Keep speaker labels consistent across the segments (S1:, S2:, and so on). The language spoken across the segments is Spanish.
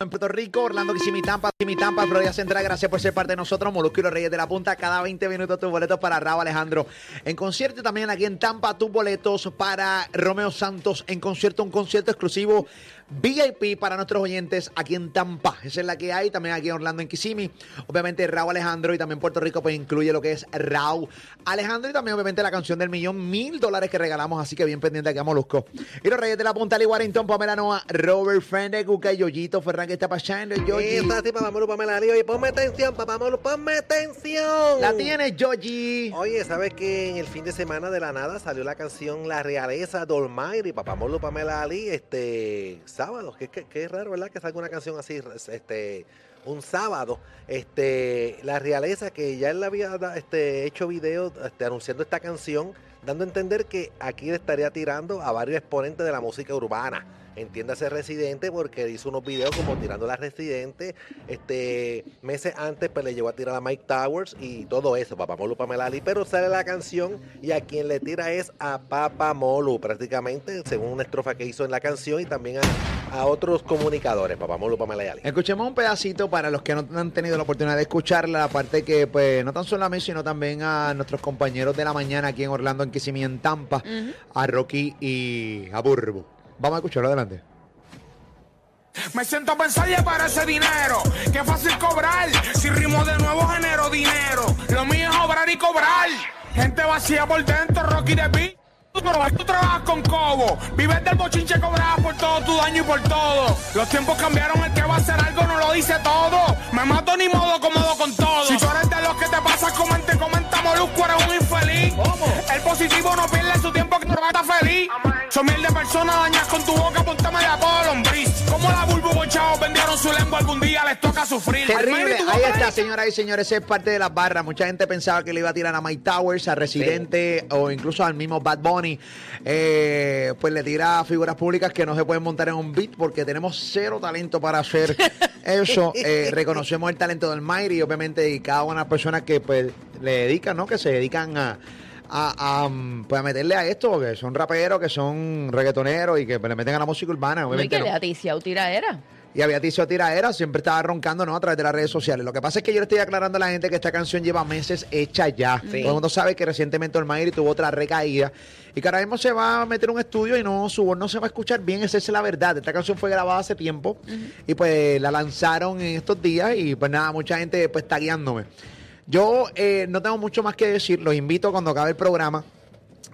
S1: En Puerto Rico, Orlando, Kissimmee, Tampa, Kissimmee, Tampa, Florida Central, gracias por ser parte de nosotros, Molusco y los Reyes de la Punta, cada 20 minutos tus boletos para Raba Alejandro. En concierto y también aquí en Tampa, tus boletos para Romeo Santos, en concierto, un concierto exclusivo VIP para nuestros oyentes aquí en Tampa, esa es la que hay, también aquí en Orlando, en Kissimmee, obviamente Raúl Alejandro y también Puerto Rico pues incluye lo que es Raúl Alejandro y también obviamente la canción del millón, mil dólares que regalamos, así que bien pendiente aquí a Molusco. Y los Reyes de la Punta, Lee Warrington, Pamela Noa, Robert Fernández, Cuca y Yoyito Ferran que está pasando, Yoyi.
S2: Esa sí, papá Molu, Pamela Río. Oye, ponme atención, papá Molu, ponme atención.
S1: La tienes, Yoyi.
S2: Oye, ¿sabes que en el fin de semana de la nada salió la canción La Realeza Dolmaire y Papá Molu Pamela Ali este sábado? Qué, qué, qué raro, ¿verdad? Que salga una canción así este un sábado. Este La Realeza que ya él había da- este, hecho video este, anunciando esta canción, dando a entender que aquí le estaría tirando a varios exponentes de la música urbana. Entiéndase Residente porque hizo unos videos como tirando a la Residente. Este, meses antes pues, le llegó a tirar a Mike Towers y todo eso, Papá Molu, Pamela Ali. Pero sale la canción y a quien le tira es a Papa Molu, prácticamente, según una estrofa que hizo en la canción y también a, a otros comunicadores, Papá Molu, Pamela y Ali.
S1: Escuchemos un pedacito para los que no han tenido la oportunidad de escucharla, la parte que pues no tan solo a mí, sino también a nuestros compañeros de la mañana aquí en Orlando, en Kissimmee, en Tampa, a Rocky y a Burbu. Vamos a escucharlo adelante.
S3: Me siento a pensar y ese dinero. Qué fácil cobrar. Si rimo de nuevo genero dinero. Lo mío es obrar y cobrar. Gente vacía por dentro, Rocky de beat. Tú, traba- tú trabajas con cobo. Vives del bochinche cobrado por todo tu daño y por todo. Los tiempos cambiaron, el que va a hacer algo no lo dice todo. Me mato ni modo, cómodo con todo. Si tú eres de los que te pasas, comenta, comenta, molusco, eres un infeliz. El positivo no pierde su tiempo que no va a estar feliz. Son miles de personas dañas con tu boca, póntame de apodo, lombriz. Como la bulbo bochados vendieron su lengua, algún día les toca sufrir.
S1: Terrible,
S3: Almighty, tú
S1: ahí
S3: vas a
S1: está, señoras y señores, esa es parte de las barras. Mucha gente pensaba que le iba a tirar a Mike Towers, a Residente o incluso al mismo Bad Bunny. Eh, pues le tira a figuras públicas que no se pueden montar en un beat porque tenemos cero talento para hacer eso. Eh, reconocemos el talento del Mayri y obviamente y cada una de las personas que pues, le dedican, ¿no? Que se dedican a... A, a, mm, pues a meterle a esto, que son raperos, que son reggaetoneros y que pues, le meten a la música urbana.
S4: No, y
S1: Obviamente
S4: que
S1: no.
S4: le ha ticiado tiraera.
S1: Y había ticio tiraera, siempre estaba roncando, ¿no? A través de las redes sociales. Lo que pasa es que yo le estoy aclarando a la gente que esta canción lleva meses hecha ya. Todo el mundo sabe que recientemente Olmairi tuvo otra recaída. Y que ahora mismo se va a meter en un estudio y no, su voz no se va a escuchar bien. Esa es la verdad. Esta canción fue grabada hace tiempo. Y pues la lanzaron en estos días. Y pues nada, mucha gente pues está guiándome. Yo eh, no tengo mucho más que decir. Los invito cuando acabe el programa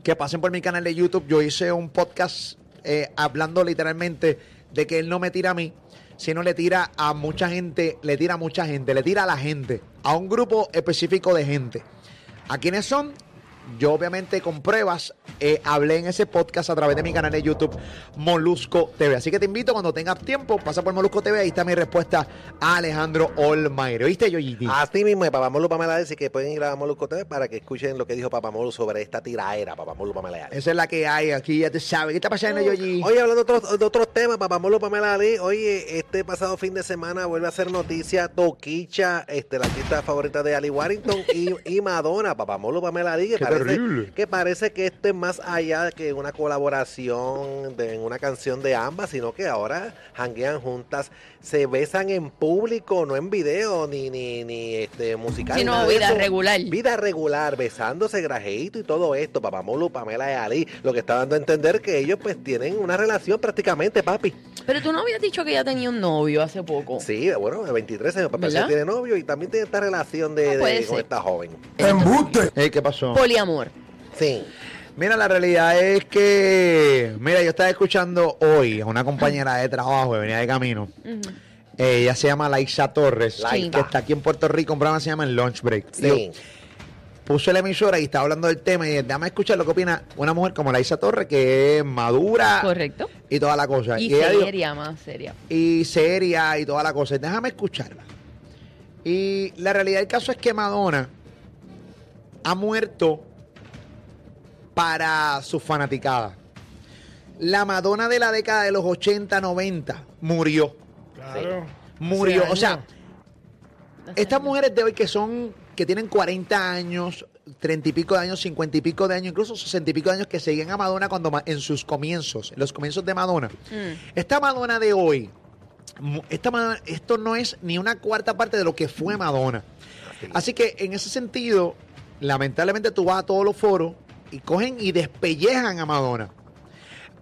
S1: que pasen por mi canal de YouTube. Yo hice un podcast eh, hablando literalmente de que él no me tira a mí, sino le tira a mucha gente, le tira a mucha gente, le tira a la gente, a un grupo específico de gente. ¿A quiénes son? Yo obviamente con pruebas eh, hablé en ese podcast a través de mi canal de YouTube Molusco TV. Así que te invito cuando tengas tiempo, pasa por Molusco TV. Ahí está mi respuesta a Alejandro Olmaire. ¿Viste, Yoyiti?
S2: Así mismo, y Papá Molu Pamela Ali, así que pueden ir a Molusco TV para que escuchen lo que dijo Papá Molu sobre esta tiraera, Papá Molu Pamela Ali.
S1: Esa es la que hay aquí, ya te sabes. ¿Qué está pasando, Yoyi?
S2: Oye, hablando de otros, de otros temas, Papá Molu Pamela Ali, oye, este pasado fin de semana vuelve a ser noticia Toquicha, este, la artista favorita de Ali Warrington y, y Madonna, Papá Molu Pamela Ali, que
S1: Qué
S2: parece,
S1: terrible.
S2: que parece que este es más allá que una colaboración de, en una canción de ambas, sino que ahora janguean juntas, se besan en público, no en video, ni, ni, ni este, musical.
S4: Sino
S2: nada de
S4: vida
S2: eso.
S4: regular.
S2: Vida regular, besándose grajeito y todo esto, papá Molu, Pamela y Ali, lo que está dando a entender que ellos pues tienen una relación prácticamente, papi.
S4: Pero tú no habías dicho que ella tenía un novio hace poco.
S2: Sí, bueno, de 23 años, papá
S4: Oh. ¿Verdad?
S2: se tiene novio y también tiene esta relación de,
S4: No puede
S2: de- con
S4: ser.
S2: esta joven.
S3: ¡Embuste!
S1: Ey, ¿Qué pasó?
S4: Poliamor.
S2: Sí.
S1: Mira, la realidad es que, mira, yo estaba escuchando hoy a una compañera de trabajo que venía de camino. Eh, Ella se llama Laisa Torres,
S4: Laisa.
S1: que está aquí en Puerto Rico, un programa que se llama El Lunch Break.
S2: Sí.
S1: puso la emisora y estaba hablando del tema y dije, déjame escuchar lo que opina una mujer como Laisa Torres, que es madura
S4: Correcto.
S1: y toda la cosa.
S4: Y
S1: ella dijo-
S4: seria, más seria.
S1: y seria y toda la cosa. Déjame escucharla. Y la realidad del caso es que Madonna ha muerto para sus fanaticadas. La Madonna de la década de los 80, 90 murió.
S5: Claro.
S1: Murió.
S5: Hace
S1: O sea,
S5: años.
S1: estas mujeres de hoy que son, que tienen 40 años, 30 y pico de años, 50 y pico de años, incluso 60 y pico de años, que seguían a Madonna cuando ma- en sus comienzos, en los comienzos de Madonna. Esta Madonna de hoy, mu- esta Madonna- esto no es ni una cuarta parte de lo que fue Madonna. Así que en ese sentido, lamentablemente tú vas a todos los foros y cogen y despellejan a Madonna.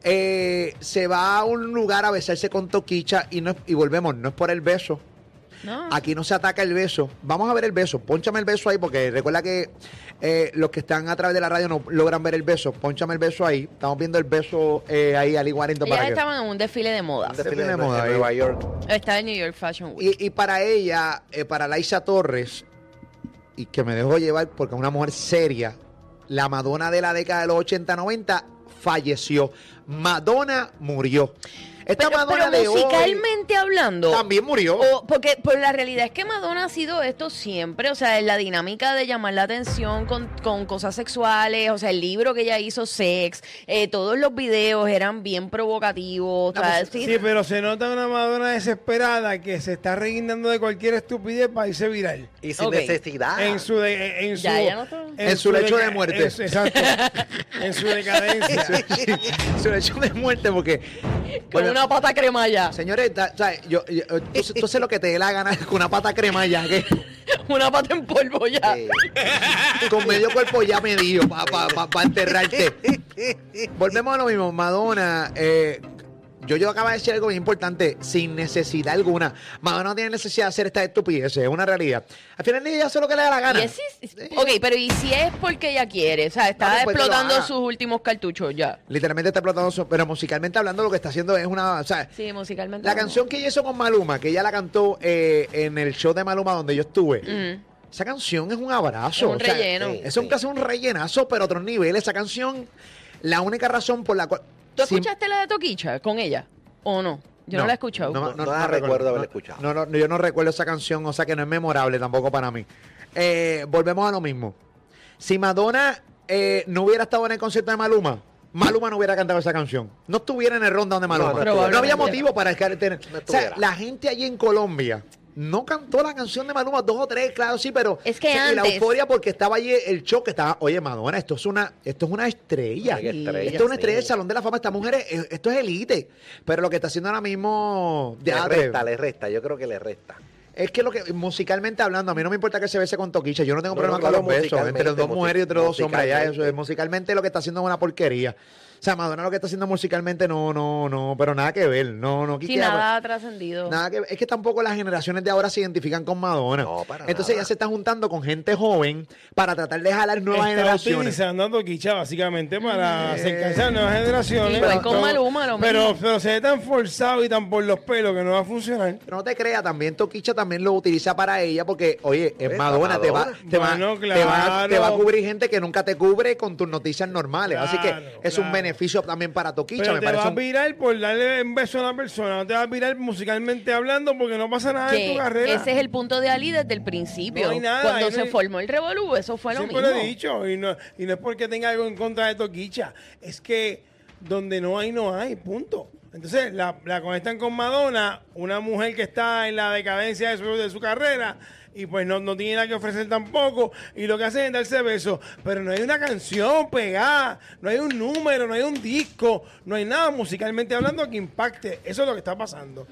S1: Eh, se va a un lugar a besarse con Toquicha y, no, es- y volvemos, no es por el beso,
S4: No.
S1: Aquí no se ataca el beso. Vamos a ver el beso. Pónchame el beso ahí, porque recuerda que eh, los que están a través de la radio no logran ver el beso. Pónchame el beso ahí. Estamos viendo el beso eh, ahí, Ali Warrington.
S4: Ellas
S1: Para que...
S4: estaban en un desfile de moda.
S2: Un desfile
S1: tiene
S2: en-
S1: moda
S2: en
S1: ahí.
S2: Nueva York.
S4: Estaba en New York Fashion Week.
S1: y, y para ella, eh, para Laisa Torres, y que me dejó llevar porque es una mujer seria, la Madonna de la década de los 80-90 falleció. Madonna murió. Esta
S4: Pero,
S1: Madonna
S4: pero
S1: de hoy
S4: musicalmente hablando.
S1: también murió.
S4: O- porque pues, la realidad es que Madonna ha sido esto siempre, o sea, en la dinámica de llamar la atención con, con cosas sexuales, o sea, el libro que ella hizo, Sex, eh, todos los videos eran bien provocativos, o sea, sí,
S5: Sí, pero se nota una Madonna desesperada que se está reguindando de cualquier estupidez para irse viral.
S2: Y sin
S4: Ok.
S2: necesidad.
S5: En su, de- en su,
S4: Ah. Ya, ya no está.
S1: En su lecho de
S5: deca-
S1: muerte.
S5: en su- exacto. en su decadencia.
S1: Se lo echó de muerte porque...
S4: con
S1: Bueno,
S4: una pata crema ya,
S1: Señores, da- o sea, yo, yo- tú, tú sé lo que te dé la gana con una pata crema ya, que
S4: una pata en polvo ya.
S2: Sí.
S1: con medio cuerpo ya me dio para enterrarte. Volvemos a lo mismo, Madonna. eh, yo, yo acabo de decir algo bien importante, sin necesidad alguna. Madonna no tiene necesidad de hacer esta estupidez, es una realidad. Al final ella hace lo que le da la
S4: Y
S1: gana.
S4: es- es- ok, pero ¿y si es porque ella quiere? O sea, está
S1: No, pues, pues, que lo
S4: explotando
S1: haga.
S4: sus últimos cartuchos ya.
S1: Literalmente está explotando su- pero musicalmente hablando lo que está haciendo es una... O sea,
S4: Sí, musicalmente.
S1: la
S4: no.
S1: canción que ella hizo con Maluma, que ella la cantó eh, en el show de Maluma donde yo estuve,
S4: Mm.
S1: esa canción es un abrazo.
S4: Es un
S1: o sea,
S4: relleno.
S2: sí.
S1: Es un casi un rellenazo, pero a otros niveles. Esa canción, la única razón por la cual.
S4: ¿Tú
S1: Sim-
S4: escuchaste la de Toquicha con ella o no? Yo no, la he escuchado.
S2: No, la recuerdo haber escuchado.
S1: No, no, yo no recuerdo esa canción, o sea que no es memorable tampoco para mí. Eh, volvemos a lo mismo. Si Madonna eh, no hubiera estado en el concierto de Maluma, Maluma no hubiera cantado esa canción. No estuviera en el ronda de Maluma.
S2: no
S1: No,
S4: estuviera.
S1: había motivo para estar. tener-
S2: No
S1: o sea,
S2: estuviera.
S1: la gente allí en Colombia. No cantó la canción de Maluma, dos o tres, claro, sí, pero
S4: Es que
S1: sí, y la
S4: antes-
S1: euforia porque estaba allí el show que estaba, oye, Madonna, esto es una, esto es una estrella.
S2: Oye, qué
S1: Esto es una estrella del
S2: sí.
S1: Salón de la Fama. Esta mujer, es- es- esto es elite. Pero lo que está haciendo ahora mismo de
S2: Le
S1: Ade,
S2: resta, le resta. Yo creo que le resta.
S1: es que lo que musicalmente hablando, a mí no me importa que se bese con Toquicha. Yo no tengo
S2: No,
S1: problema
S2: no,
S1: con los
S2: claro,
S1: besos entre dos
S2: musicalmente,
S1: mujeres y entre dos hombres. Ya eso
S2: musicalmente.
S1: es musicalmente lo que está haciendo es una porquería. O sea, Madonna lo que está haciendo musicalmente no, no, no, pero nada que ver. No, no,
S4: Sí,
S1: Quique,
S4: nada ha trascendido.
S1: Nada que, es que tampoco las generaciones de ahora se identifican con Madonna.
S2: No, para
S1: Entonces
S2: nada.
S1: ella se está juntando con gente joven para tratar de jalar nuevas
S5: Está
S1: generaciones.
S5: utilizando a Toquicha básicamente para acercarse a nuevas generaciones.
S4: Igual pues, con Maluma, lo
S5: pero,
S4: mismo.
S5: pero se ve tan forzado y tan por los pelos que no va a funcionar.
S1: Pero no te creas, también Toquicha también lo utiliza para ella porque, oye, es
S2: Esa
S1: Madonna, te va,
S2: Madonna.
S1: te, va,
S5: Bueno,
S1: te, va, te va a
S5: claro.
S1: cubrir gente que nunca te cubre con tus noticias normales. Así que
S5: Claro,
S1: es un
S5: claro.
S1: beneficio también para Toquicha,
S5: Pero
S1: me
S5: te vas
S1: parece
S5: a
S1: un-
S5: virar por darle un beso a una persona, no te vas a virar musicalmente hablando porque no pasa nada en
S4: que
S5: tu carrera.
S4: ese es el punto de Ali desde el principio.
S5: No hay nada,
S4: Cuando
S5: ahí no
S4: se
S5: hay-
S4: formó el revolú, eso fue lo
S5: Siempre
S4: mismo.
S5: lo he dicho, y no, y no es porque tenga algo en contra de Toquicha, es que donde no hay, no hay, punto. Entonces la, la conectan con Madonna, una mujer que está en la decadencia de su, de su carrera y pues no, no tiene nada que ofrecer tampoco y lo que hacen es darse besos, pero no hay una canción pegada, no hay un número, no hay un disco, no hay nada musicalmente hablando que impacte, eso es lo que está pasando.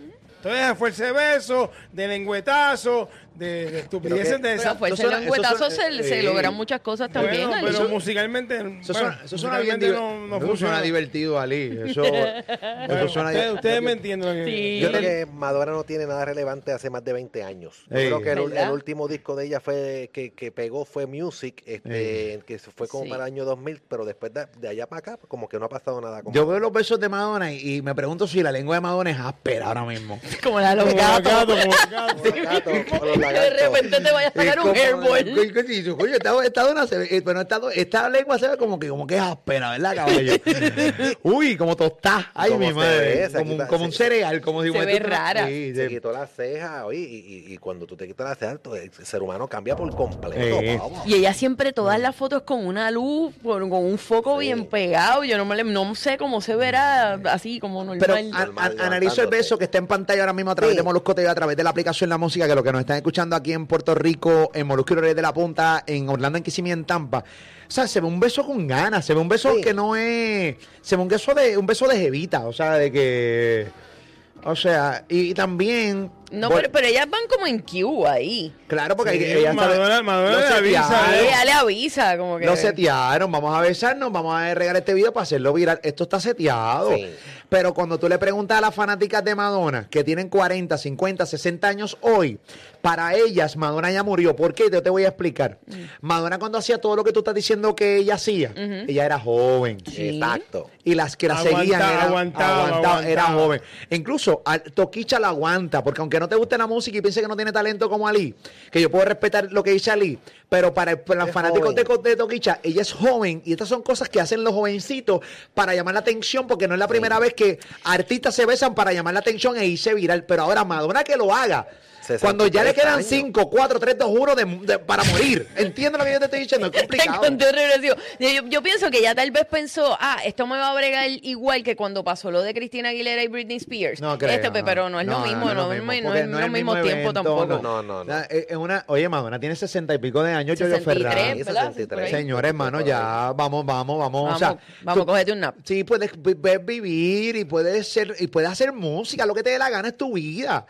S5: Entonces, a fuerza de besos, de lengüetazo, de, de estupideces de
S4: Pero
S5: esas.
S4: fuerza
S1: eso
S4: el
S1: suena- eso
S4: lengüetazo
S1: suena-
S4: se, se
S1: eh,
S4: logran muchas cosas
S5: Bueno,
S4: también.
S5: pero
S4: Ale.
S5: musicalmente,
S1: Eso
S5: bueno,
S1: suena, eso suena bien
S5: musicalmente
S1: diver-
S5: no, no
S1: eso
S5: funciona.
S1: suena divertido, Ali. Eso,
S5: Bueno,
S1: eso suena
S5: ustedes, ustedes me
S1: yo-
S5: entienden lo que
S4: Sí.
S2: Yo creo que Madonna no tiene nada relevante hace más de 20 años. Yo
S1: Ey.
S2: creo que el,
S4: ¿Verdad?
S2: el último disco de ella fue que, que pegó fue Music, este, que fue como
S4: Sí.
S2: para el año 2000, pero después de, de allá para acá, como que no ha pasado nada. Como
S1: Yo veo los besos de Madonna y, y me pregunto si la lengua de Madonna es áspera ahora mismo.
S4: Como la de los
S5: Como los
S4: gatos.
S5: gatos, como los gatos.
S2: Como los gatos, como los
S4: De
S2: lagartos.
S4: repente te vayas a sacar un airball.
S1: Oye, esta, esta dona se ve, eh, bueno, esta, do- esta lengua se ve como que, como que es áspera, ¿verdad, caballo? Uy, como tostada. Ay,
S2: Como
S1: mi
S2: se
S1: madre.
S2: ve, se
S1: como, un-
S2: quita-
S1: como un
S2: se-
S1: cereal, como si
S4: se
S1: fuera
S4: ve
S1: una-
S4: rara.
S1: Sí,
S2: Se
S1: sí.
S2: quitó la ceja oye, y, y- y cuando tú te quitas la ceja, tú- el ser humano cambia por completo.
S1: Eh.
S2: vamos.
S4: Y ella siempre todas las fotos con una luz, con, con un foco bien pegado. Yo no, me, le- no sé cómo se verá así como normal.
S1: Pero
S2: Normal,
S1: a- a-
S2: normal,
S1: analizo el
S2: levantándote.
S1: beso que está en pantalla ahora mismo a través
S2: Sí.
S1: de Molusco TV, a través de la aplicación La Música, que lo que nos están escuchando aquí en Puerto Rico, en Molusco y Reyes de la Punta, en Orlando, en Kissimmee, en Tampa. O sea, se ve un beso con ganas, se ve un beso
S2: Sí.
S1: que no es... Se ve un beso de un beso de jevita, o sea, de que... O sea, y, también...
S4: no,
S1: voy-
S4: pero, pero ellas van como en Q ahí.
S1: Claro, porque
S5: Sí,
S1: hay- ella sabe-
S5: Madonna- Madonna
S1: lo
S5: le avisa,
S1: setearon,
S5: eh.
S4: Ella le avisa, como que.
S1: Lo setearon, vamos a besarnos, vamos a regar este video para hacerlo viral. Esto está seteado.
S2: Sí.
S1: Pero cuando tú le preguntas a las fanáticas de Madonna, que tienen 40, 50, 60 años hoy, para ellas Madonna ya murió. ¿Por qué? Yo te voy a explicar.
S4: Mm.
S1: Madonna cuando hacía todo lo que tú estás diciendo que ella hacía, ella era joven.
S4: Sí.
S2: Exacto.
S1: Y las que la
S5: Aguantaba,
S1: seguían era,
S5: aguantaba, aguantaba.
S1: era joven. E incluso al- Toquicha la aguanta, porque aunque no te guste la música y piense que no tiene talento como Ali, que yo puedo respetar lo que dice Ali, pero para, el- para los
S2: Es
S1: fanáticos de,
S2: joven.
S1: de Toquicha, ella es joven y estas son cosas que hacen los jovencitos para llamar la atención, porque no es la primera vez que artistas se besan para llamar la atención e irse viral. Pero ahora Madonna que lo haga.
S2: 63
S1: Cuando ya le quedan
S2: años.
S1: 5, 4, 3, 2, 1 para morir. Entiendo lo que yo te estoy diciendo, es complicado.
S4: Conteo regresivo. Yo, yo- yo pienso que ella tal vez pensó, ah, esto me va a bregar igual que cuando pasó lo de Cristina Aguilera y Britney Spears.
S1: No creo.
S4: Este, pues, pero no es lo mismo, no, es mi- no es lo mismo tiempo tampoco.
S2: no.
S1: La- eh, eh, una, oye, Madonna tiene sesenta y pico de años, Yoyo
S4: 63,
S1: Ferran.
S2: Ferrari,
S4: ¿verdad?
S2: 63.
S4: Por ahí.
S1: Señores, hermano, ya, vamos, vamos, vamos.
S4: Vamos,
S1: o sea,
S4: vamos,
S1: tú-
S4: cógete un nap.
S1: Sí, puedes vi- vi- vivir y puedes ser y puedes hacer música, lo que te dé la gana es tu vida.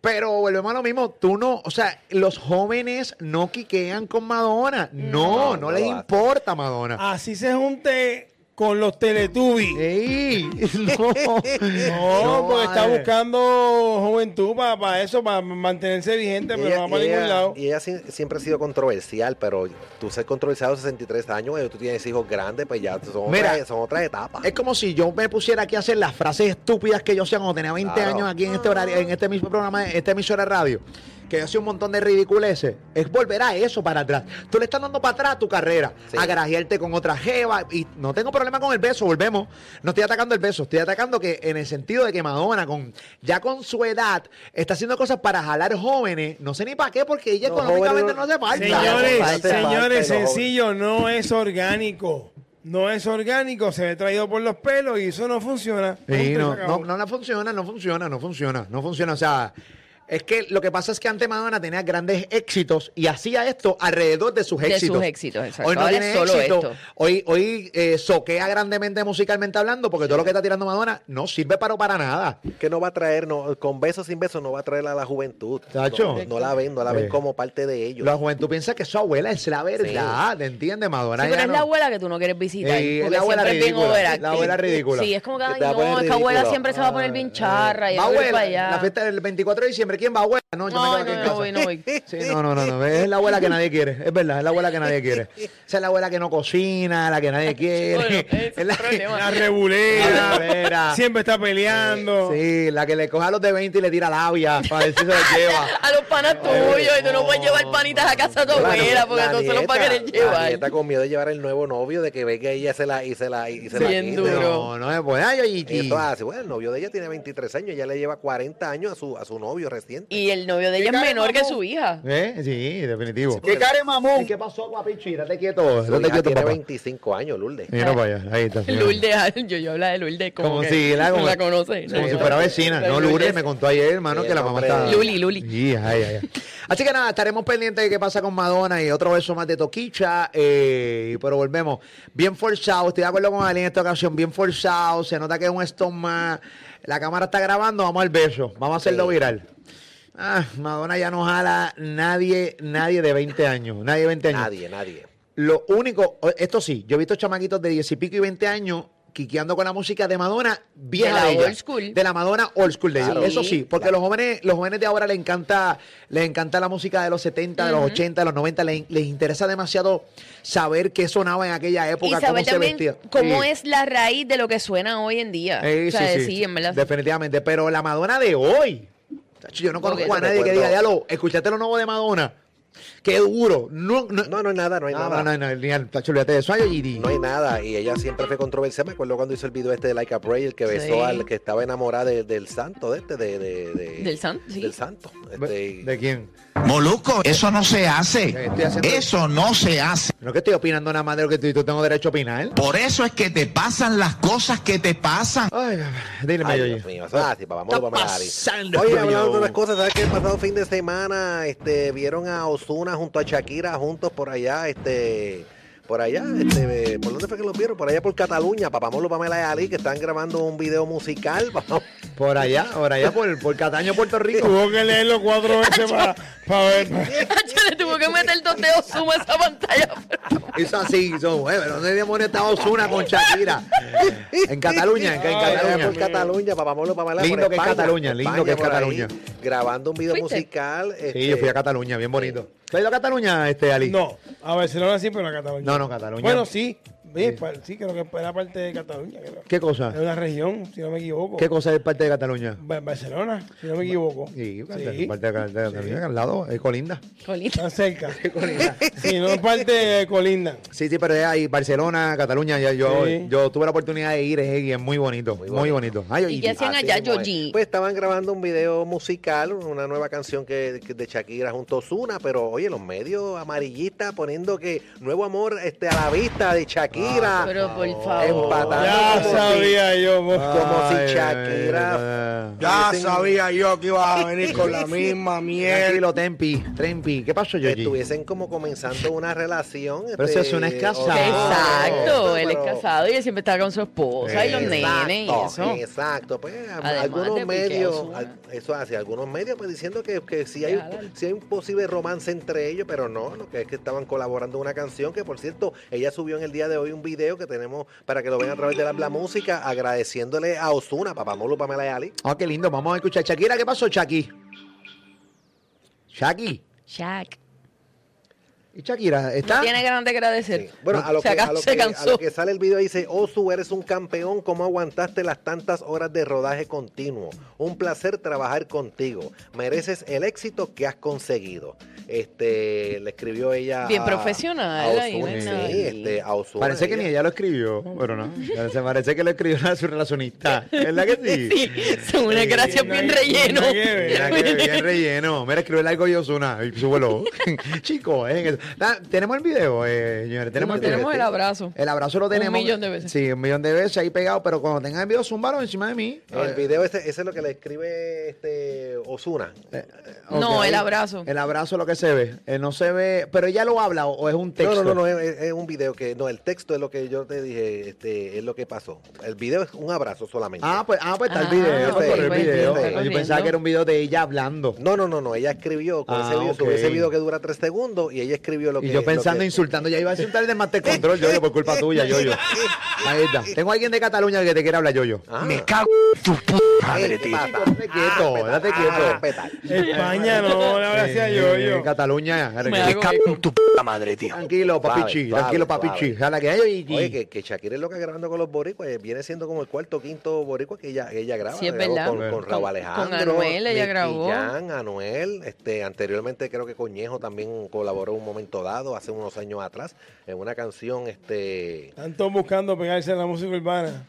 S1: Pero volvemos a lo mismo, tú no, o sea, los jóvenes no quiquean con Madonna. No, no,
S2: No, no
S1: les
S2: lo hacen.
S1: importa
S4: Ah.
S1: Madonna.
S5: Así se junte con los Teletubbies.
S1: Ey, no,
S5: No, porque está
S1: madre.
S5: buscando juventud para eso, para mantenerse vigente, pero no va para ningún lado.
S2: y ella si- siempre ha sido controversial, pero tú ser controversial a los 63 años, eh, tú tienes hijos grandes, pues ya son,
S1: Mira,
S2: otras, son otras etapas.
S1: Es como si yo me pusiera aquí a hacer las frases estúpidas que yo hacía cuando tenía 20
S2: Claro.
S1: años aquí en este horario, en este mismo programa, en esta emisora de radio, que yo hacía un montón de ridiculeces. Es volver a eso para atrás. Tú le estás dando para atrás a tu carrera,
S2: Sí.
S1: a grajearte con otra jeva. Y no tengo problema con el beso, volvemos. No estoy atacando el beso, estoy atacando que en el sentido de que Madonna, con, ya con su edad, está haciendo cosas para jalar jóvenes. No sé ni para qué, porque ella
S2: No,
S1: económicamente
S2: jóvenes
S1: no
S2: no-
S1: hace falta.
S5: Señores,
S2: Parte,
S5: señores,
S2: parte, no.
S5: sencillo, no es orgánico. No es orgánico, se ve traído por los pelos y eso no funciona. Punto
S1: Sí,
S5: y
S1: no,
S5: se acabó.
S1: no, no, no funciona, no funciona, no funciona, no funciona. O sea, es que lo que pasa es que antes Madonna tenía grandes éxitos y hacía esto alrededor de sus
S4: De sus
S1: éxitos.
S4: éxitos, exacto.
S1: Hoy no
S4: Ahora
S1: tiene
S4: es solo
S1: éxito.
S4: esto.
S1: Hoy, hoy eh, soquea grandemente musicalmente hablando porque todo lo que está tirando Madonna no sirve para, para nada.
S2: que no va a traer, no, con besos sin besos, no va a traer a la juventud.
S1: Tacho.
S2: No, no la ven, no la
S1: Eh.
S2: ven como parte de ellos.
S1: La juventud piensa que su abuela es la verdad, ¿te entiendes, Madonna?
S4: Sí, pero
S1: Ya
S4: es
S1: no.
S4: la abuela que tú no quieres visitar.
S1: Sí, es
S4: porque
S1: la abuela
S4: siempre es bien
S1: ridícula,
S4: overacting.
S1: la abuela ridícula.
S4: Sí, es como que,
S2: Te
S4: ay,
S2: va a poner
S4: no, es que abuela
S2: ridícula.
S4: siempre se va a poner bien charra. y
S1: Va,
S4: yo voy para
S1: abuela,
S4: allá.
S1: la fiesta del 24 de diciembre, ¿quién va, abuela? No, yo me quedo
S4: No,
S1: aquí en
S4: no,
S1: casa.
S4: no voy, no voy.
S1: Sí, no, no, no, no. Es la abuela que nadie quiere. Es verdad, es la abuela que nadie quiere. Esa es la abuela que no cocina, la que nadie quiere.
S4: Bueno, ese
S1: es la
S4: es el problema.
S5: La
S1: La
S5: rebulera.
S1: rebulera.
S5: siempre está peleando.
S1: Sí, la que le coja a los de 20 y le tira labia para ver si se lo lleva.
S4: a los panas tuyos y tú no puedes llevar panitas a casa de tu
S2: Claro,
S4: abuela porque
S2: la
S4: entonces los va a
S2: nieta-
S4: querer
S2: La
S4: llevar.
S2: nieta con miedo de llevar el nuevo novio, de que venga ella se la, y se la, y se la
S4: Bien
S2: quite.
S4: duro.
S1: No, no es buena. Yo, y,
S2: Y entonces, hace, bueno, el novio de ella tiene 23 años, ella le lleva 40 años a su, a su novio reciente.
S4: Y el novio de ella es
S5: Ricardo,
S4: menor que
S5: vamos.
S4: su hija.
S1: ¿Eh? Sí, definitivo.
S2: ¿Qué
S1: care mamón? ¿Qué pasó, guapichi? Date quieto.
S2: Su
S1: Date
S2: hija
S1: quieto,
S2: tiene
S1: papá.
S2: 25 años, Lourdes.
S1: Mira para allá. Ahí está. señora.
S4: Lourdes, yo, yo hablaba de Lourdes como,
S1: Como
S4: que
S1: si la,
S4: no la conoce.
S1: Como
S4: La-
S1: si fuera vecina.
S4: la
S1: No, Lourdes me contó ayer, hermano,
S2: Sí,
S1: que la
S2: el
S1: mamá
S2: nombre
S1: está.
S2: de-
S4: Luli, Luli.
S1: Sí, ay, ay, ay. Así que nada, estaremos pendientes de qué pasa con Madonna y otro beso más de Toquicha. eh, pero volvemos. Bien forzado, estoy de acuerdo con Ali en esta ocasión, bien forzado. Se nota que es un stone más. La cámara está grabando, vamos al beso. Vamos a hacerlo viral. Ah, Madonna ya no jala nadie, nadie de 20 años. Nadie de 20 años.
S2: Nadie, nadie.
S1: Lo único, o- esto sí, yo he visto chamaquitos de 10 y pico y 20 años quiqueando con la música de Madonna vieja
S4: De la
S1: de ella.
S4: old school.
S1: De la Madonna old school de ella.
S2: Claro.
S1: Eso sí, porque los jóvenes los jóvenes de ahora les encanta les encanta la música de los 70, de los 80, de los 90, les, les interesa demasiado saber qué sonaba en aquella
S4: Y
S1: época, cómo
S4: saber
S1: se
S4: también
S1: vestía.
S4: cómo
S1: Sí.
S4: es la raíz de lo que suena hoy en día.
S1: Eh,
S4: o sea,
S1: sí,
S4: sí,
S1: sí.
S4: en verdad. sí.
S1: Definitivamente. Pero la Madonna de hoy. chacho, Yo no
S4: Porque
S1: conozco a
S2: yo
S1: nadie que diga,
S2: recuerdo-
S1: diablo, escuchaste lo nuevo de Madonna. Qué duro. No, no,
S2: No, no hay nada, no hay
S1: no,
S2: nada.
S1: no, no, no, ni al- chacho, olvídate de eso. Ay, oye,
S2: No hay nada. Y ella siempre fue controversial. Me acuerdo cuando hizo el video este de Like a Prayer, que besó
S4: Sí.
S2: al que estaba enamorada de- del santo, de este, de, de- de-
S4: Del santo, sí.
S2: Del santo. Este,
S1: ¿De quién?
S6: Moluco, eso no se
S1: Ya
S6: hace.
S1: estoy haciendo-
S6: Eso no se hace.
S1: No que estoy opinando nada más de lo que tú, tú tengo derecho a opinar. ¿eh?
S6: Por eso es que te pasan las cosas que te pasan.
S1: Ay, dile,
S2: Ay,
S1: oye.
S2: Dios mío, eso es así, papá, vamos
S1: Está
S2: a Pamela Harris.
S1: pasando,
S2: Oye, hablando
S1: coño.
S2: de otras cosas, ¿sabes que el pasado fin de semana este, vieron a Osuna junto a Shakira juntos por allá, este, por allá, este, eh, ¿por dónde fue que los vieron? Por allá por Cataluña, papá Molo, Pamela y Ali, que están grabando un video musical, papá.
S1: Por allá, por allá, por, por Cataño, Puerto Rico.
S5: Tuvo que leerlo cuatro veces para, para ver.
S4: Yo le tuvo que meter dos dedos zoom a esa pantalla.
S1: Eso así, son, eh, pero ¿dónde demonios está Osuna con Shakira? En Cataluña, en, en
S5: Ay,
S2: Allá por
S1: Cataluña.
S2: Cataluña, papá Molo, Pamela, por
S1: Lindo que es
S2: España,
S1: Cataluña, lindo
S2: España
S1: que es
S2: por ahí,
S1: Cataluña.
S2: grabando un video
S4: ¿Fuiste?
S2: musical.
S1: Sí, yo fui a
S2: este,
S1: Cataluña, bien bonito. ¿Tú has ido a Cataluña, este, Ali?
S5: No, a Barcelona sí, pero a Cataluña.
S1: No, no, Cataluña.
S5: Bueno, sí. Sí, pa- sí, creo que era parte de Cataluña. creo.
S1: ¿Qué
S2: Eh,
S5: Es
S1: cosa?
S5: una región, si no me equivoco.
S1: ¿Qué cosa es parte de Cataluña?
S5: Ba- Barcelona, si no me equivoco.
S1: Sí, parte
S5: Sí,
S1: parte de Cataluña,
S5: sí.
S1: al lado, es colinda.
S4: Colita.
S5: Está cerca. Sí, no es parte de Colinda.
S1: Sí, sí, pero es ahí, Barcelona, Cataluña, ya yo,
S5: Sí.
S1: yo tuve la oportunidad de ir, es, es muy bonito, muy bonito. Ay,
S4: ¿Y
S1: oye,
S4: qué hacían
S2: Así
S4: allá,
S2: mismo es.
S4: Georgie?
S2: Pues estaban grabando un video musical, una nueva canción que, que- de Shakira junto a Ozuna, pero oye, los medios amarillistas poniendo que nuevo amor este, a la vista de Shakira.
S4: Ah, Pero por favor.
S2: Empatando.
S5: Ya
S2: como si-
S5: sabía yo. mo-
S2: como si
S1: Ay,
S2: Shakira-
S1: ay, ay.
S7: Ya
S2: Dicen-
S7: sabía yo que ibas a venir con la misma mierda.
S1: Tranquilo, Tempi, Tempi. ¿Qué pasó,
S2: que
S1: Yoyi?
S2: estuviesen como comenzando una relación.
S1: Pero si Ozuna es
S2: o-
S1: casado.
S4: Exacto, él es
S2: pero-
S4: casado y él siempre está con su esposa y los
S2: Exacto,
S4: nenes y eso.
S2: Exacto, pues a-
S4: Además de
S2: algunos
S4: Piqué
S2: medios,
S4: Ozuna.
S2: al- eso hace, algunos medios pues diciendo que, que sí, hay,
S4: Claro.
S2: sí hay un posible romance entre ellos, pero no, lo que es que estaban colaborando en una canción que por cierto, ella subió en el día de hoy un video que tenemos para que lo vean a través de la, la música, agradeciéndole a Osuna, papá Molo, Pamela y Ali.
S1: Ah, qué lindo, vamos a escuchar. Shakira, ¿qué pasó, Shaki? Shaki.
S4: Shaq.
S1: ¿Y Shakira está?
S4: Tiene ganas de agradecer.
S2: Sí. Bueno, a lo,
S4: se,
S2: que,
S4: ca-
S2: a lo
S4: se
S2: que- a lo
S4: cansó.
S2: que sale el video dice, Osu, eres un campeón, ¿cómo aguantaste las tantas horas de rodaje continuo? Un placer trabajar contigo, mereces el éxito que has conseguido. Este, le escribió ella
S4: Bien
S2: a-
S4: profesional,
S2: a
S4: ahí no
S2: Ozuna,
S4: hay
S2: sí,
S4: nada.
S2: este, a Ozuna,
S1: Parece que ni ella lo escribió, pero no. Parece, parece que lo escribió una- su relacionista. ¿Verdad que sí?
S4: Sí, son unas gracias bien relleno.
S5: no hay que ver.
S1: Mira que bien relleno. Mira, escribe algo y Osuna. Súbelo. Chicos, eh, nada, tenemos el video, eh, señores. Tenemos, video.
S4: Tenemos el
S1: Sí.
S4: abrazo.
S1: El abrazo lo
S4: Un
S1: tenemos.
S4: millón de veces.
S1: Sí, un millón de veces ahí pegado, pero cuando tengan el video, zúmbalo encima de mí.
S2: El video ese, ese es lo que le escribe este Osuna.
S4: No,
S1: Eh, Ok.
S4: el abrazo.
S1: El abrazo es lo que se ve. Eh, no se ve, pero ella lo habla o, o es un
S2: No,
S1: texto.
S2: no, no, no, es, es un video que, no, el texto es lo que yo te dije, este, es lo que pasó. El video es un abrazo solamente.
S1: Ah, pues, ah, pues está
S4: Ah,
S1: el video.
S2: ok,
S1: por el
S2: pues,
S1: video.
S2: está
S1: Yo
S4: corriendo.
S1: pensaba que era un video de ella hablando.
S2: No, no, no, no. Ella escribió con
S1: Ah,
S2: ese video,
S1: ok.
S2: sobre ese video que dura tres segundos y ella escribió lo que.
S1: y yo pensando,
S2: lo que-
S1: insultando, ya iba a insultar el de Master Control, yo, yo, por culpa tuya, yo, yo. Ahí está. Tengo alguien de Cataluña que te quiere hablar, yo, yo.
S2: Ah,
S6: Me cago en tu puta madre, tío.
S1: Date quieto, date quieto.
S5: España no, la gracia
S1: Eh,
S5: yo,
S1: en
S5: yo.
S1: Cataluña.
S4: Me
S6: Me
S4: hago-
S6: cago en tu puta madre, tío.
S1: Tranquilo, papichi,
S2: Suave, suave,
S1: tranquilo, papichi.
S2: suave.
S1: Jala que hay
S2: Oye, que, que Shakira es loca grabando con los boricuas. eh, Viene siendo como el cuarto o quinto boricua que ella, que ella graba.
S4: Sí, es
S2: Grabó
S4: verdad.
S2: Con, con
S4: Con-
S2: Raúl
S4: con
S2: Alejandro.
S4: Anuel ella
S2: Nicky
S4: grabó.
S2: Jam, Anuel. Este, anteriormente creo que Coñejo también colaboró un momento dado, hace unos años atrás, en una canción, este...
S5: Están todos buscando pegarse a la música urbana.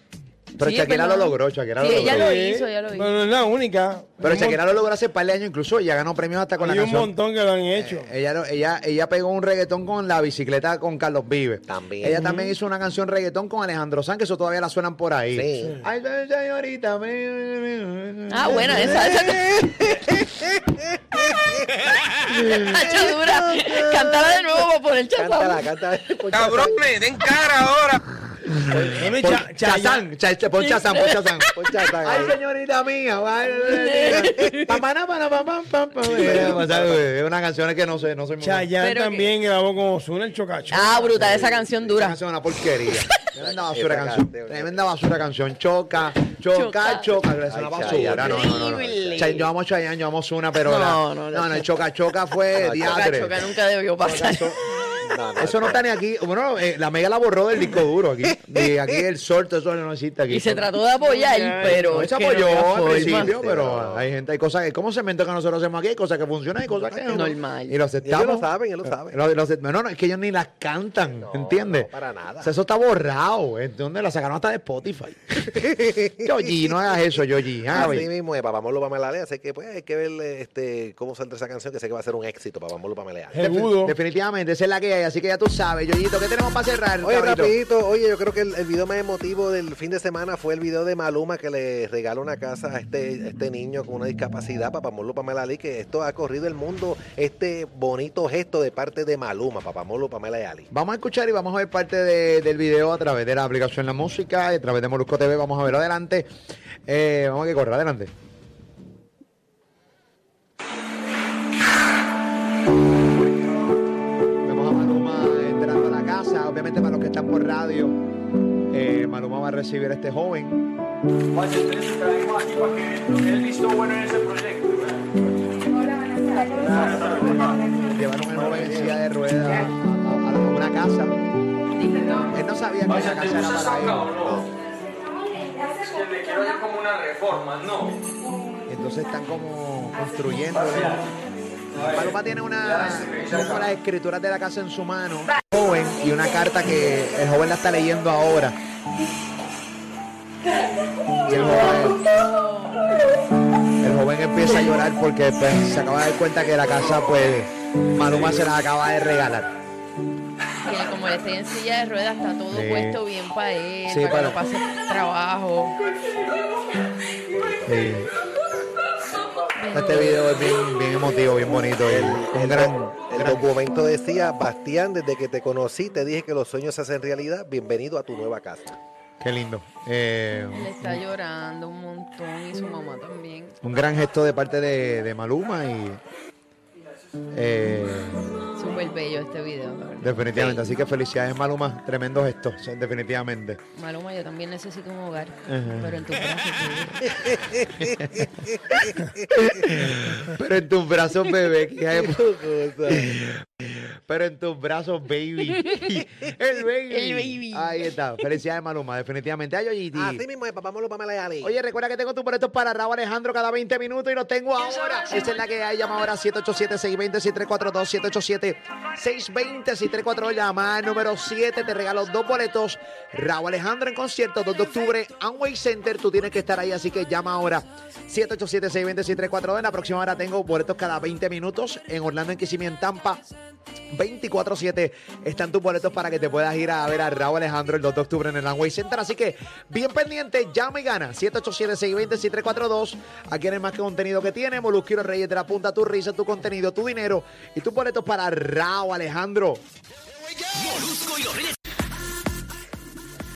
S1: Pero
S4: Sí, es
S1: Shakira lo
S4: verdad.
S1: logró, Shakira
S4: Sí,
S1: lo
S4: ella
S1: logró.
S4: lo
S5: Sí.
S4: hizo, ya lo hizo.
S5: Pero no es la única.
S1: Pero
S5: Hay un
S1: Shakira lo logró hace par de años incluso, ella ganó premios hasta con
S5: mon-
S1: la
S5: Hay un
S1: canción.
S5: montón que lo han hecho.
S1: Ella, lo- ella, ella pegó un reggaetón con la bicicleta con Carlos Vives.
S2: También.
S1: Ella también hizo una canción reggaetón con Alejandro Sanz, que eso todavía la suenan por ahí.
S2: Sí.
S1: Ay, ay, ay, ahorita. me-
S4: Ah, buena, esa, esa. Hacha dura. Cántala de nuevo para poner chazón.
S2: Cántala, cántala.
S7: Cabrones, den cara ahora.
S5: Bueno, y
S1: Pon-
S5: Cha- Chayanne.
S1: Chazán, cha- cha- pon Chazán, pon Chazán, pon Chazán. Ay, señorita mía, vale. Papana, pana, pam, pam, pam, pam. Eh, o sea, eh, Es una canción que no sé, no soy muy bueno.
S5: Chayanne
S4: Pero que-
S5: también grabó con Ozuna el chocacho.
S4: Ah, brutal, esa canción
S1: Esa
S4: dura.
S1: canción es una porquería. Tremenda basura
S2: Esa
S1: canción.
S2: canción.
S1: Tremenda basura canción. Choca, choca,
S4: Choca.
S1: choca. Es una
S2: Ay,
S1: basura. No, no, no, no.
S4: Horrible.
S1: Chay- Yo amo a Chayanne, yo amo a Ozuna, pero
S4: No,
S1: la-
S4: no,
S1: no,
S4: no,
S1: no,
S4: no.
S1: el choca, choca fue
S4: Choca,
S1: diadre.
S4: choca, nunca debió pasar.
S2: No, no,
S1: Eso no está ni aquí. Bueno, eh, la mega la borró del disco duro aquí. Y aquí el sol, todo eso no existe aquí.
S4: Y se trató de apoyar, pero.
S1: No,
S4: es
S1: se
S4: que no
S1: apoyó
S4: había
S1: al
S4: forma.
S1: principio, pero
S2: no.
S1: hay gente, hay cosas que, como cemento que nosotros hacemos aquí, hay cosas que funcionan, hay cosas que no.
S4: Normal.
S1: Y lo
S2: Y ellos
S1: aceptamos.
S2: lo saben, ellos lo saben.
S1: Lo- lo ace- no, no, es que ellos ni las cantan, ¿entiendes?
S2: no, para nada.
S1: O sea, eso está borrado. ¿eh? ¿Dónde la sacaron hasta de Spotify? Yoji, no hagas eso, Yoji. Ah,
S2: Así
S1: oye.
S2: mismo es Papamolo Pamelale, así que pues hay que ver este, cómo saldrá esa canción, que sé que va a ser un éxito, Papamolo Pamelale.
S5: Seguro.
S1: Definitivamente, esa es la que hay, así que ya tú sabes, Yoyito, ¿qué tenemos para cerrar?
S2: Oye,
S1: cabrito?
S2: rapidito, oye, yo creo que el, el video más emotivo del fin de semana fue el video de Maluma que le regaló una casa a este, a este niño con una discapacidad, Papamolo Pamelale, que esto ha corrido el mundo, este bonito gesto de parte de Maluma, Papamolo Pamelale.
S1: Vamos a escuchar y vamos a ver parte de- del video a través de la aplicación La Música, a través de Molusco TV, vamos a verlo adelante. Eh, vamos a que corra, adelante. Vemos a Maluma entrando a la casa, obviamente para los que están por radio, eh, Maluma va a recibir a este joven. Llevaron al joven en silla de ruedas a, a- a una casa. Él no sabía que esa casa era para él. Entonces están como construyendo. ¿eh? Paloma tiene una, como las escrituras de la casa en su mano. Joven y una carta que el joven la está leyendo ahora. Y el joven, el joven empieza a llorar porque pues, se acaba de dar cuenta que la casa, pues, Maluma se la acaba de regalar.
S4: Que como le estoy en silla de ruedas, está todo
S1: Sí.
S4: puesto bien para él,
S1: Sí,
S4: para,
S1: para-
S4: que no pase trabajo.
S1: Sí.
S4: Eh,
S1: Este video es bien, bien emotivo, bien bonito. El, un gran-
S2: El documento decía, Bastián, desde que te conocí te dije que los sueños se hacen realidad, bienvenido a tu nueva casa.
S1: qué lindo. Eh,
S4: Él está llorando un montón y su mamá también.
S1: un gran gesto de parte de, de Maluma y eh,
S4: Súper bello este video. la verdad.
S1: definitivamente. Así que felicidades Maluma, tremendo gesto, o sea, definitivamente.
S4: Maluma, yo también necesito un hogar, pero en tu casa.
S1: Pero en tus brazos, bebé, que hija de pu- Pero en tus brazos, baby. El baby.
S4: El baby.
S1: Ahí está. Felicidades Maluma, definitivamente. Ay, Yoyiti.
S2: Así mismo es Papamolo Pamelale.
S1: Oye, recuerda que tengo tus boletos para Raúl Alejandro cada 20 minutos y los tengo ahora. Esa es la que hay. Llama ahora 787-620-6342, 787-620-6342. Llama al número 7. Te regalo dos boletos. Raúl Alejandro en concierto, 2 de octubre, Amway Center. Tú tienes que estar ahí, así que llama ahora. 787-620-6342. En la próxima hora tengo boletos cada 20 minutos en Orlando, en Kissimmee, en Tampa. 24-7 están tus boletos para que te puedas ir a ver a Raúl Alejandro el 2 de octubre en el Langway Center. Así que bien pendiente, llama y gana. 787-620-6342. Aquí en el más que contenido que tiene, Molusquero Reyes de la Punta, tu risa, tu contenido, tu dinero y tus boletos para Raúl Alejandro.